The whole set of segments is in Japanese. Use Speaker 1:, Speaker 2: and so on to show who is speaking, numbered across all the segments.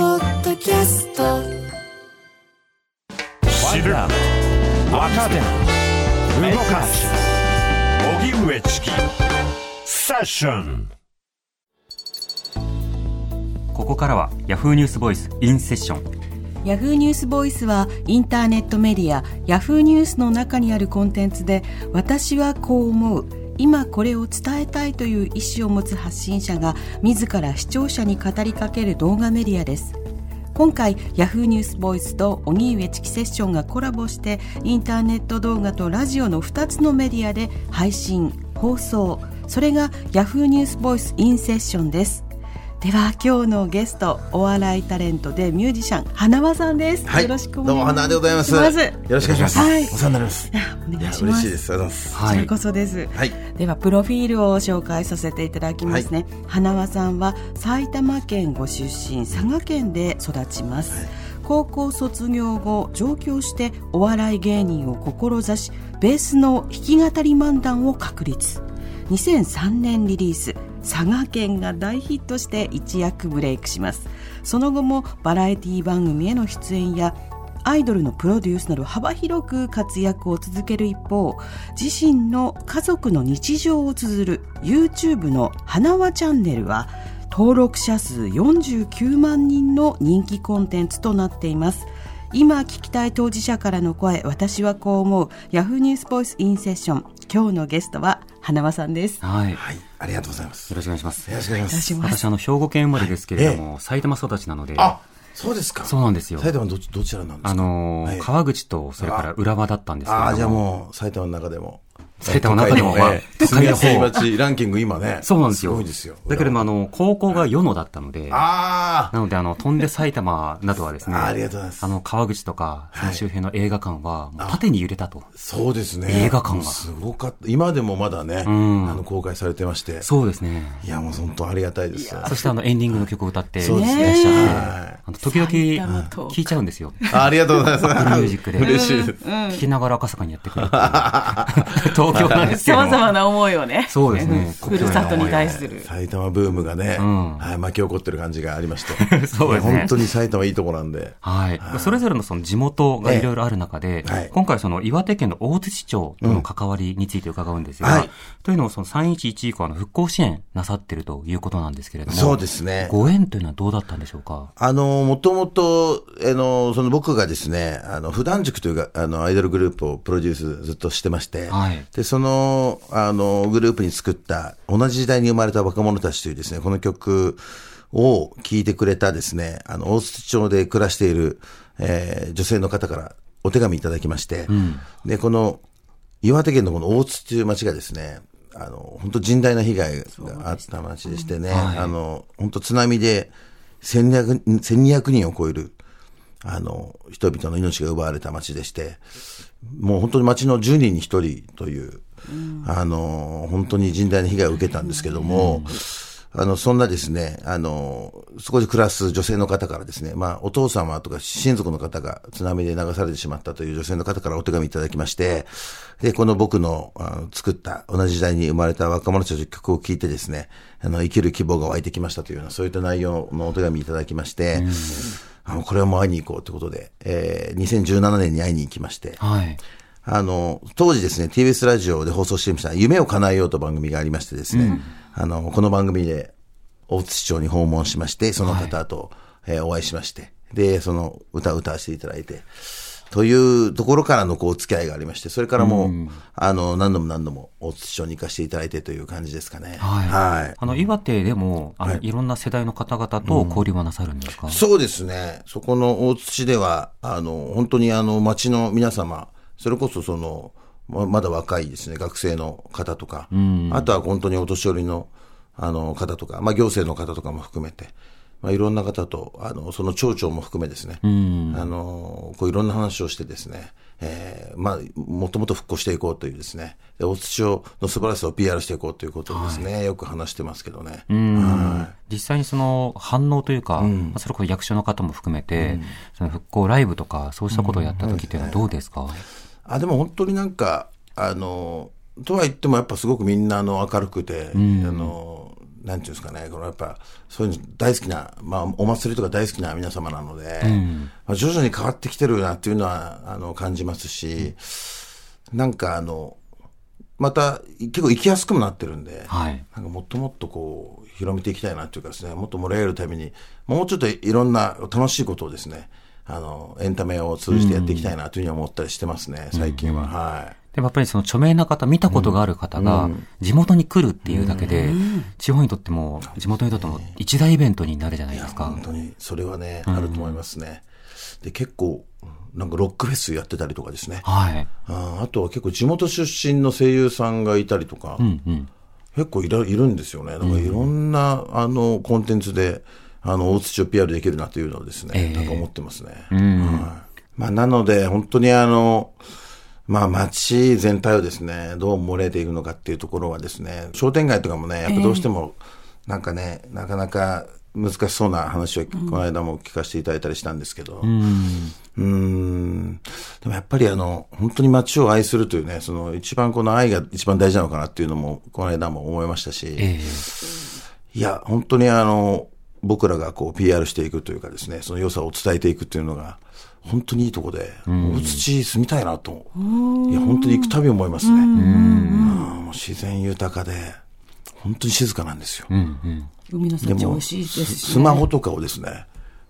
Speaker 1: キャスト
Speaker 2: 知る若手動かす荻上チキセッション
Speaker 3: ここからは Yahoo ニュースボイスインセッション
Speaker 4: ヤフーニュースボイスはインターネットメディアヤフーニュースの中にあるコンテンツで私はこう思う今これを伝えたいという意思を持つ発信者が自ら視聴者に語りかける動画メディアです今回ヤフーニュースボイスと荻上チキセッションがコラボしてインターネット動画とラジオの2つのメディアで配信放送それがヤフーニュースボイスインセッションですでは今日のゲストお笑いタレントでミュージシャン花輪さんです、
Speaker 5: はい、
Speaker 4: よろしく
Speaker 5: ど
Speaker 4: お
Speaker 5: うも
Speaker 4: 願いします
Speaker 5: 花輪でございます。
Speaker 4: まず
Speaker 5: よろしくお願いします。
Speaker 4: はい
Speaker 5: お世話になります。
Speaker 4: お
Speaker 5: い
Speaker 4: 願
Speaker 5: や
Speaker 4: いしま
Speaker 5: 嬉
Speaker 4: す
Speaker 5: しいです。ありがとうございます。
Speaker 4: こちらこそです、
Speaker 5: はい。
Speaker 4: ではプロフィールを紹介させていただきますね、花輪さんは埼玉県ご出身佐賀県で育ちます、高校卒業後上京してお笑い芸人を志しベースの弾き語り漫談を確立2003年リリース佐賀県が大ヒットして一躍ブレイクしますその後もバラエティ番組への出演やアイドルのプロデュースなど幅広く活躍を続ける一方自身の家族の日常を綴る YouTube の「花輪チャンネル」は登録者数49万人の人気コンテンツとなっています今聞きたい当事者からの声私はこう思う Yahoo ニュースボイスインセッション今日のゲストは花輪さんですよ
Speaker 3: はいよ
Speaker 5: はい。ありがとうございます。よ
Speaker 3: ろしくお願いします
Speaker 5: ろしくお願いします。
Speaker 4: ま
Speaker 3: 私あの兵庫県生まれですけれども、埼玉育ちなので
Speaker 5: あ、そうですか。
Speaker 3: そうなんですよ
Speaker 5: 埼玉どちどちらなんですか。
Speaker 3: あのー
Speaker 5: はい
Speaker 3: 川口とそれから浦和だったんですけれど
Speaker 5: あ
Speaker 3: も
Speaker 5: ーじゃあもう埼玉の中でも
Speaker 3: 埼玉の中でもまあ
Speaker 5: 都
Speaker 3: 都会
Speaker 5: 会
Speaker 3: の方
Speaker 5: の方町 ランキング今ね。
Speaker 3: そうなんですよ
Speaker 5: すごいですよ。
Speaker 3: だけどもあの高校が与野だったので、
Speaker 5: ああ
Speaker 3: なのであの飛んで埼玉などはですね
Speaker 5: あありがとうございます
Speaker 3: あの川口とかその周辺の映画館はもう縦に揺れたと、
Speaker 5: そうですね。
Speaker 3: 映画館が
Speaker 5: すごかった。今でもまだね、あ
Speaker 3: ん
Speaker 5: の公開されてまして。
Speaker 3: そうですね
Speaker 5: いやもう本当ありがたいです。
Speaker 3: そしてあのエンディングの曲を歌っていら
Speaker 5: そ
Speaker 3: っ
Speaker 5: う
Speaker 3: し
Speaker 5: で
Speaker 3: ゃ
Speaker 5: す
Speaker 3: っ
Speaker 5: ね
Speaker 3: て、
Speaker 5: はい
Speaker 3: あの時々
Speaker 4: 玉と
Speaker 3: 聞いちゃうんですよ。
Speaker 5: あありがとう ございます。
Speaker 3: ミュージックで。
Speaker 5: 嬉しいです。
Speaker 3: 聞きながら赤坂にやってくるっていう 東京なんですけども。
Speaker 4: ざまな思いをね
Speaker 3: そうですね。
Speaker 4: ふるさとに対する
Speaker 5: 埼玉ブームがね、
Speaker 3: ん
Speaker 5: はい、巻き起こってる感じがありまして。
Speaker 3: そうですね
Speaker 5: いや本当に埼玉いいとこなんで。
Speaker 3: はい。それぞれのその地元がいろいろある中で、
Speaker 5: ええはい
Speaker 3: 今回その岩手県の大槌町との関わりについて伺うんですが、
Speaker 5: はい
Speaker 3: というのもその311以降あの復興支援なさってるということなんですけれども、
Speaker 5: そうですね。
Speaker 3: ご縁というのはどうだったんでしょうか
Speaker 5: あの、もともと、あの、その僕がですね、あの、普段塾というか、あの、アイドルグループをプロデュースずっとしてまして、
Speaker 3: はい
Speaker 5: で、その、あの、グループに作った、同じ時代に生まれた若者たちというですね、この曲を聴いてくれたですね、あの、大津町で暮らしている、えー女性の方からお手紙いただきまして、で、この、岩手県のこの大津という町がですね、あの、本当甚大な被害があった町でしてね、あの、本当津波で1200 1200人を超える、あの、人々の命が奪われた町でして、もう本当に町の10人に1人という、あの、本当に甚大な被害を受けたんですけども、あの、そんなですね、あの、そこで暮らす女性の方からですね、まあ、お父様とか親族の方が津波で流されてしまったという女性の方からお手紙いただきまして、で、この僕のあの作った、同じ時代に生まれた若者たちの曲を聴いてですね、あの、生きる希望が湧いてきましたというような、そういった内容のお手紙いただきまして、あの、これはもう会いに行こうということで、えー、2017年に会いに行きまして、
Speaker 3: はい。
Speaker 5: あの、当時ですね、TBS ラジオで放送していました、夢を叶えようという番組がありましてですね、あの、この番組で大津市長に訪問しまして、その方と、えーお会いしまして、で、その歌を歌わせていただいて、というところからのこう、お付き合いがありまして、それからもう、あの、何度も何度も大津市長に行かせていただいてという感じですかね。
Speaker 3: はい
Speaker 5: はい
Speaker 3: あの、岩手でも、あの、
Speaker 5: はい
Speaker 3: いろんな世代の方々と交流はなさるんですか、
Speaker 5: そうですね。そこの大津市では、あの、本当にあの、町の皆様、それこそその、ままだ若いですね、学生の方とか、あとは本当にお年寄りの、あの、方とか、まあ、行政の方とかも含めて、まあ、いろんな方と、あの、その町長も含めですね、あの、こういろんな話をしてですね、えーまあ、もっともっと復興していこうというですね、で大津市の素晴らしさを PR していこうということをですね、よく話してますけどね。はい
Speaker 3: 実際にその反応というか、まあそれこそ役所の方も含めて、その復興ライブとか、そうしたことをやった時っていうのはどうですか、
Speaker 5: あでも本当になんかあのとは言ってもやっぱすごくみんなあの明るくて、あのなんていうんですかね、このやっぱ、そういうの大好きな、まあ、お祭りとか大好きな皆様なので、まあ、徐々に変わってきてるなっていうのは、あの、感じますし、なんかあの、また結構行きやすくもなってるんで、
Speaker 3: はい
Speaker 5: なんかもっともっとこう広めていきたいなというかですね、もっと盛り上げるために、もうちょっといろんな楽しいことをですね、あのエンタメを通じてやっていきたいなというふうに思ったりしてますね、最近は。はい。
Speaker 3: でもやっぱりその著名な方、見たことがある方が、地元に来るっていうだけで、地方にとっても、地元にとっても一大イベントになるじゃないですか
Speaker 5: 本。当にそれはね、あると思いますね。で結構なんかロックフェスやってたりとかですね。
Speaker 3: はい。
Speaker 5: あーあとは結構地元出身の声優さんがいたりとか、結構いらいるんですよね。だからいろんな、あのコンテンツであの大土を PR できるなというのはですね、
Speaker 3: ええ
Speaker 5: なんか思ってますね。はいまあ、なので本当にあのまあ街全体をですね、どう盛れていくのかっていうところはですね、商店街とかもね、やっぱどうしても、なんかね、なかなか難しそうな話をこの間も聞かせていただいたりしたんですけど、うーんでもやっぱりあの、本当に街を愛するというね、その一番この愛が一番大事なのかなっていうのも、この間も思いましたし、
Speaker 3: ええ
Speaker 5: いや、本当にあの、僕らがこう PR していくというかですね、その良さを伝えていくっていうのが、本当にいいとこで、大土住みたいなと、いや、本当に行くたび思いますね。うんもう自然豊かで、本当に静かなんですよ。
Speaker 4: 海の
Speaker 5: で
Speaker 4: 幸美
Speaker 5: も
Speaker 4: 味しいですし、ね、
Speaker 5: ススマホとかをですね、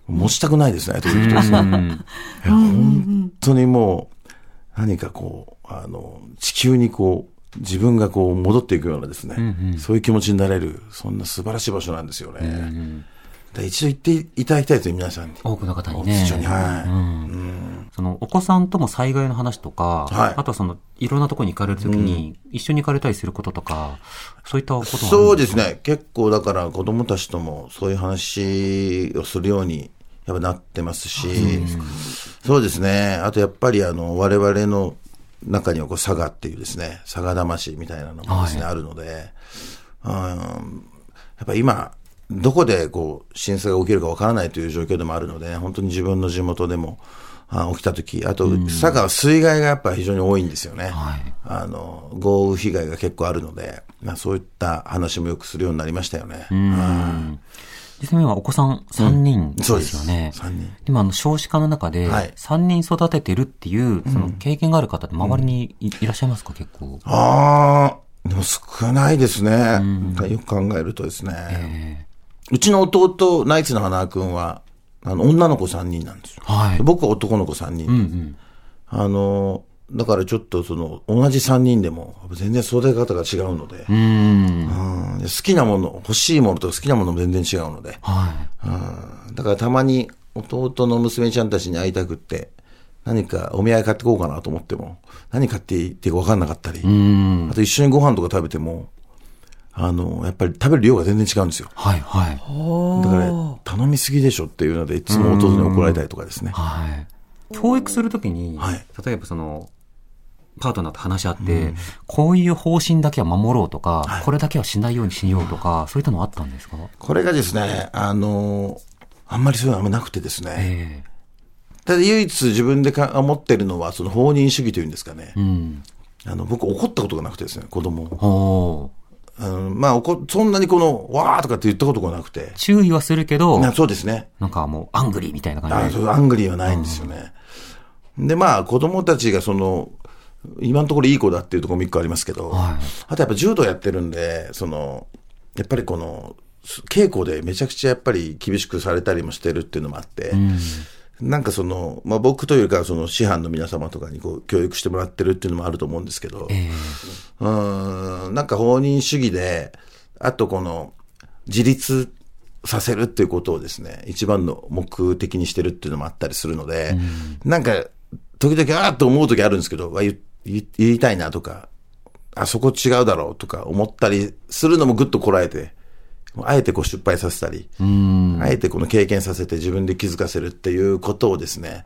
Speaker 5: 持ちたくないですね、という人ですね。いや本当にもう、何かこう、あの、地球にこう、自分がこう戻っていくようなですね、そういう気持ちになれる、そんな素晴らしい場所なんですよね。だから一度行っていただきたいですね、皆さんに。
Speaker 3: 多くの方に
Speaker 5: 大
Speaker 3: ね
Speaker 5: 津町。にはい。
Speaker 3: そのお子さんとも災害の話とか、
Speaker 5: はい
Speaker 3: あとはそのいろんなところに行かれるときに、一緒に行かれたりすることとか、そういったことはあるんか
Speaker 5: そうですね。結構だから子供たちともそういう話をするように、やっぱなってますし、そうですね。あとやっぱりあの、我々の中にはこう、佐賀っていうですね、佐賀魂みたいなのもですね、あるので、うん、やっぱ今、どこでこう、震災が起きるかわからないという状況でもあるので、本当に自分の地元でも、あ起きたとき、あと、佐賀は水害がやっぱ非常に多いんですよね。
Speaker 3: はい
Speaker 5: あの、豪雨被害が結構あるので、まあ、そういった話もよくするようになりましたよね。
Speaker 3: うん実際にはお子さん3人です
Speaker 5: そう
Speaker 3: よ
Speaker 5: です
Speaker 3: ね。
Speaker 5: 3人
Speaker 3: でもあの少子化の中で
Speaker 5: はい
Speaker 3: 3人育ててるっていうその経験がある方って周りにい,、らっしゃいますか結構。
Speaker 5: ああ、でも少ないですね。よく考えるとですね。うちの弟、ナイツの花輪君は、あの、女の子3人なんですよ。
Speaker 3: はい
Speaker 5: で僕は男の子3人で、あの、だからちょっとその、同じ3人でも、全然育て方が違うので、
Speaker 3: うん。
Speaker 5: うんで好きなもの、欲しいものと好きなものも全然違うので、
Speaker 3: は
Speaker 5: うんだからたまに弟の娘ちゃんたちに会いたくって、何かお土産買ってこうかなと思っても、何買っていいっていいか分かんなかったり、
Speaker 3: い。うん。
Speaker 5: あと一緒にご飯とか食べても、あの、やっぱり食べる量が全然違うんですよ。
Speaker 3: はいはい。
Speaker 5: だから、頼みすぎでしょっていうので、いつも弟に怒られたりとかですね。
Speaker 3: はい。教育するときに、
Speaker 5: はい
Speaker 3: 例えばその、パートナーと話し合って、こういう方針だけは守ろうとか、これだけはしないようにしようとか、そういったのはあったんですか
Speaker 5: これがですね、あの、あんまりそういうのあんまなくてですね。
Speaker 3: え
Speaker 5: ただ唯一自分でか思ってるのは、その放任主義というんですかね
Speaker 3: え。うん。
Speaker 5: あの、僕怒ったことがなくてですね、子供を。
Speaker 3: おー
Speaker 5: あの、まあ、怒そんなにこの、わーとかって言ったことがなくて。
Speaker 3: 注意はするけど、
Speaker 5: なそうですね。
Speaker 3: なんかもうアングリーみたいな
Speaker 5: あ
Speaker 3: 感じ
Speaker 5: そ
Speaker 3: で。
Speaker 5: うアングリーはないんですよね。で、まあ、子供たちがその、今のところいい子だっていうところも一個ありますけど、
Speaker 3: はい
Speaker 5: あとやっぱ柔道やってるんで、その、やっぱりこの、す稽古でめちゃくちゃやっぱり厳しくされたりもしてるっていうのもあって、なんかその、まあ僕というかその師範の皆様とかにこう教育してもらってるっていうのもあると思うんですけど、
Speaker 3: ええ
Speaker 5: うーん、なんか放任主義で、あとこの、自立させるっていうことをですね、一番の目的にしてるっていうのもあったりするので、なんか、時々、ああと思う時あるんですけど、わ言言言いたいなとか、あそこ違うだろうとか思ったりするのもぐっとこらえて、もうあえてこう失敗させたり、あえてこの経験させて自分で気づかせるっていうことをですね、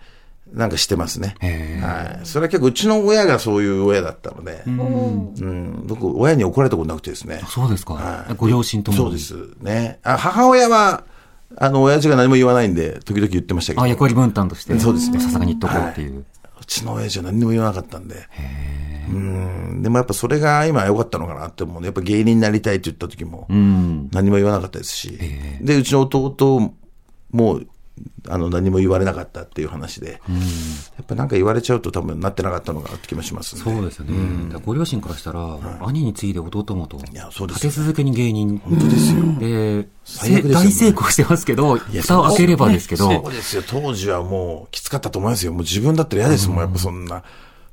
Speaker 5: なんかしてますね。
Speaker 3: へ
Speaker 5: はい。それは結構うちの親がそういう親だったので、うん、僕、親に怒られたことなくてですね。
Speaker 3: そうですか、ご両親とも。
Speaker 5: そうで。すね。あ母親は、あの、親父が何も言わないんで、時々言ってましたけど。
Speaker 3: あ、役割分担として。
Speaker 5: そうですね
Speaker 3: さすがに言っとこうっていう。
Speaker 5: うちの親父は何にも言わなかったんで。うんでもやっぱそれが今良かったのかなって思うね。やっぱ芸人になりたいって言った時も、何も言わなかったですし。で、うちの弟も、あの、何も言われなかったっていう話で、やっぱなんか言われちゃうと多分なってなかったのかなって気もしますね。
Speaker 3: そうですよね。だからご両親からしたら、兄に次いで弟もと、
Speaker 5: いやそうです
Speaker 3: 立て続けに芸人。本
Speaker 5: 当ですよ
Speaker 3: で、
Speaker 5: 最悪ですよ
Speaker 3: 大成功してますけど、蓋を開ければですけど、
Speaker 5: そうですよ。当時はもうきつかったと思いますよ。もう自分だったら嫌ですもん、やっぱそんな。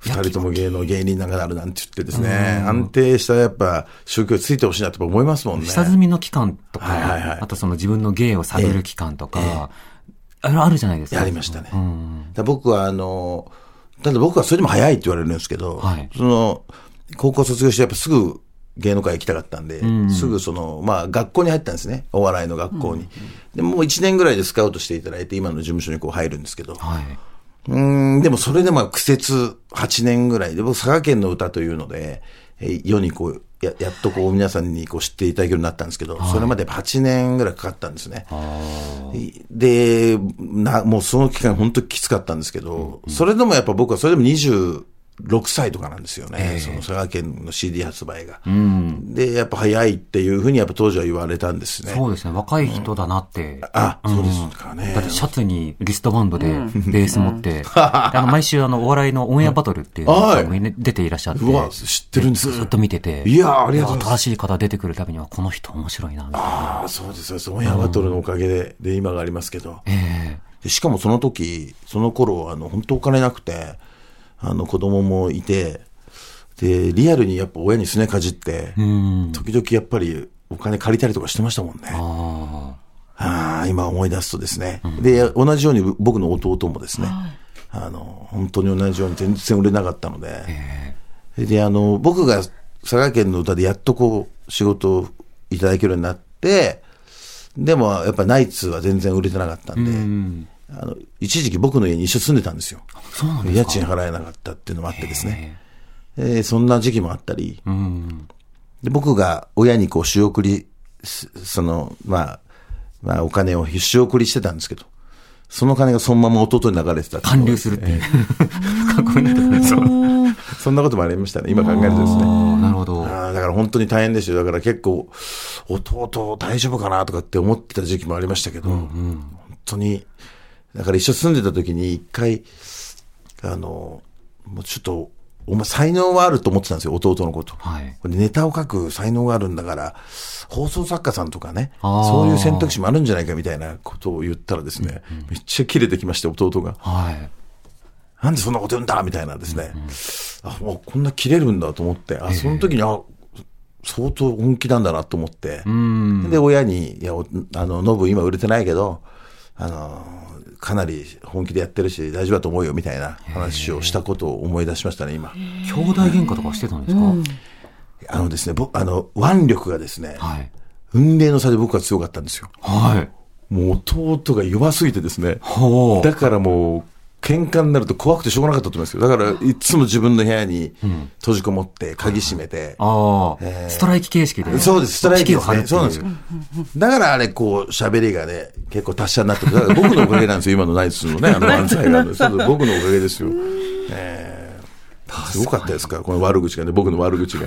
Speaker 5: 二人とも芸能芸人なんかなるなんて言ってですね、安定したやっぱ宗教についてほしいなって思いますもんね。
Speaker 3: 下積みの期間とか、
Speaker 5: はいはいはい
Speaker 3: あとその自分の芸を探る期間とか、あれあるじゃないですか。
Speaker 5: やりましたね。だ僕はあの、ただ僕はそれでも早いって言われるんですけど、
Speaker 3: はい
Speaker 5: その、高校卒業してやっぱすぐ芸能界行きたかったんで、すぐその、まあ学校に入ったんですね。お笑いの学校に。で、もう1年ぐらいでスカウトしていただいて、今の事務所にこう入るんですけど、
Speaker 3: はい。
Speaker 5: うーん、でもそれでも苦節8年ぐらいで、僕佐賀県の歌というので、えー世にこう、ややっとこう皆さんにこう知っていただけるようになったんですけど、それまでやっぱ8年ぐらいかかったんですね。でな、もうその期間本当にきつかったんですけど、それでもやっぱ僕はそれでも26歳とかなんですよね、その佐賀県の CD 発売が、で、やっぱ早いっていうふうにやっぱ当時は言われたんですね。
Speaker 3: そうですね。若い人だなって。
Speaker 5: あ、そうですかね。
Speaker 3: だってシャツにリストバンドでベース持って、であの毎週あのお笑いのオンエアバトルっていうの
Speaker 5: はい
Speaker 3: に出ていらっしゃって、
Speaker 5: うわ知ってるんです
Speaker 3: ずっと見てて、
Speaker 5: いやーありがとうございます
Speaker 3: 新しい方出てくるたびにはこの人面白いな、みたいな。
Speaker 5: ああ、そうです、そうです。オンエアバトルのおかげで、で、今がありますけど。
Speaker 3: え
Speaker 5: でしかもその時、その頃、あの、本当お金なくて、あの、子供もいて、で、リアルにやっぱ親にすねかじって、時々やっぱりお金借りたりとかしてましたもんね。ああ、今思い出すとですね。で、同じように僕の弟もですね、あの、本当に同じように全然売れなかったので、で、あの、僕が佐賀県の歌でやっとこう、仕事をいただけるようになって、でもやっぱナイツは全然売れてなかったんで、あの一時期僕の家に一緒に住んでたんですよ。
Speaker 3: そうなん
Speaker 5: 家賃払えなかったっていうのもあってですね。えーそんな時期もあったり、で僕が親にこう仕送りす、その、まあ、まあお金を仕送りしてたんですけど、その金がそのまま弟に流れてたっていう
Speaker 3: 還流するっていう。かっこいいなって感じです。
Speaker 5: そんなこともありましたね、今考えるとですね。
Speaker 3: ああ、なるほど。
Speaker 5: あーだから本当に大変ですよ。だから結構、弟大丈夫かなとかって思ってた時期もありましたけど、本当に、だから一緒住んでた時に一回、あの、もうちょっと、お前才能はあると思ってたんですよ、弟のこと。
Speaker 3: はい
Speaker 5: これネタを書く才能があるんだから、放送作家さんとかね、
Speaker 3: あー
Speaker 5: そういう選択肢もあるんじゃないかみたいなことを言ったらですね、めっちゃキレてきまして、弟が。
Speaker 3: はい。
Speaker 5: なんでそんなこと言うんだみたいなですね。あ、もうこんな切れるんだと思って、あ、その時に、あ、相当本気なんだなと思って。で、親に、いや、おあの、ノブ今売れてないけど、あの、かなり本気でやってるし、大丈夫だと思うよみたいな話をしたことを思い出しましたね、今。
Speaker 3: 兄弟喧嘩とかしてたんですか、
Speaker 5: あのですね、僕、あの、腕力がですね、
Speaker 3: はい。
Speaker 5: 運命の差で僕は強かったんですよ。
Speaker 3: はい。
Speaker 5: もう弟が弱すぎてですね。
Speaker 3: ほう。
Speaker 5: だからもう、喧嘩になると怖くてしょうがなかったと思いますよ。だから、いつも自分の部屋に閉じこもって、鍵閉めて。
Speaker 3: ああ、ストライキ形式で。
Speaker 5: そうです、ストライキです
Speaker 3: を張るっ
Speaker 5: ね。
Speaker 3: てい
Speaker 5: そうなんですよ。だからあれ、こう、喋りがね、結構達者になってくる。だから僕のおかげなんで すよ、今のナイツのね、あの漫才があるんです。そうそう僕のおかげですよ。えーすごかったですから、この悪口がね、僕の悪口 が。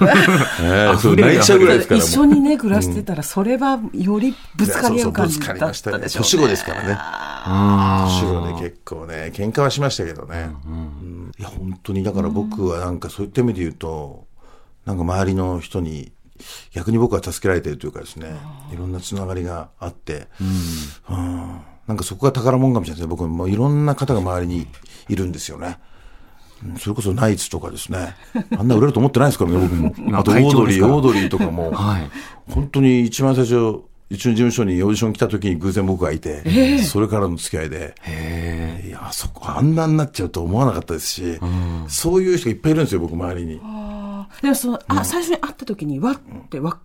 Speaker 5: えーそう泣いちゃうぐらいですから、
Speaker 4: 一緒にね暮らしてたらそれはよりぶつかり合う感じだったでしょうね。
Speaker 5: 年子ですからね。年子で結構ね、喧嘩はしましたけどね。うんいや、本当に、だから僕はなんかそういった意味で言うと、なんか周りの人に、逆に僕は助けられてるというかですね、いろんなつながりがあって、うんなんかそこが宝物かもしれないですね。僕もいろんな方が周りにいるんですよね。うんそれこそナイツとかですね。あんな売れると思ってないですからね、僕も。
Speaker 3: まあ
Speaker 5: あと、オードリ
Speaker 3: 会長です
Speaker 5: ー、
Speaker 3: から
Speaker 5: オードリーとかも。
Speaker 3: はい。
Speaker 5: 本当に一番最初、うちの事務所にオーディション来た時に偶然僕がいて、それからの付き合いで、いや、あそこあんなになっちゃうと思わなかったですし、そういう人がいっぱいいるんですよ、僕周りに。
Speaker 4: でもそのあ最初に会った時にわってわ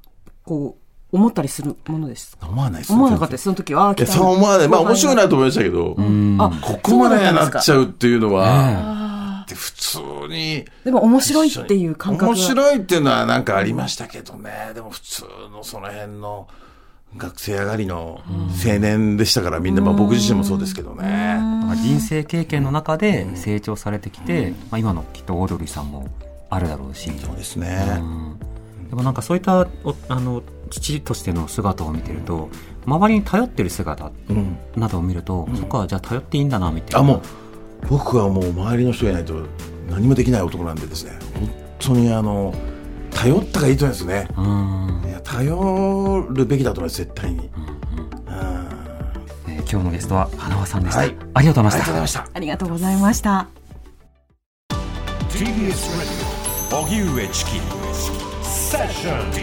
Speaker 4: こう思ったりするものですか。
Speaker 5: 思わないです
Speaker 4: 思わなかったですその時はあー
Speaker 5: いや
Speaker 4: 来た
Speaker 5: そう思わない。まあ
Speaker 4: 後輩
Speaker 5: 面白いなと思いましたけど、
Speaker 4: あ
Speaker 5: ここまで
Speaker 4: そう
Speaker 5: なん
Speaker 4: ですか
Speaker 5: っちゃうっていうのは、で普通に、
Speaker 4: でも面白いっていう感覚が
Speaker 5: 面白いっていうのはなんかありましたけどね。でも普通のその辺の学生上がりの青年でしたから、みんな、まあ僕自身もそうですけどね。
Speaker 3: まあ、人生経験の中で成長されてきて、うん、まあ、今のきっとオードリーさんもあるだろうし
Speaker 5: そうですね、
Speaker 3: でもなんかそういったおあの父としての姿を見てると周りに頼ってる姿などを見ると、うん、そっかじゃあ頼っていいんだなみたいな
Speaker 5: あもう僕はもう周りの人がいないと何もできない男なんでですね本当にあの頼ったがいいと思いますねいや頼るべきだと思います絶対に、うんうん
Speaker 3: えー、今日のゲストは花輪さんでした、はい、ありがとうございました
Speaker 4: ありがとうございました
Speaker 2: TBS ラジオ荻上チキ Session TBS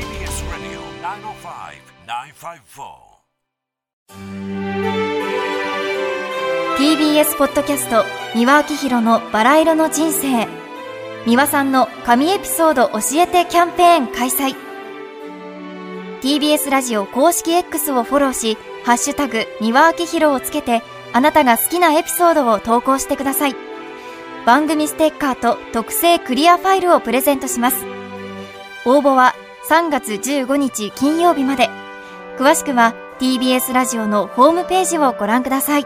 Speaker 2: Radio
Speaker 1: 905-954 TBS ポッドキャスト三輪明宏のバラ色の人生三輪さんの神エピソード教えてキャンペーン開催 TBS ラジオ公式 X をフォローし「ハッシュタグ三輪明宏」をつけてあなたが好きなエピソードを投稿してください番組ステッカーと特製クリアファイルをプレゼントします応募は3月15日金曜日まで。詳しくは TBS ラジオのホームページをご覧ください。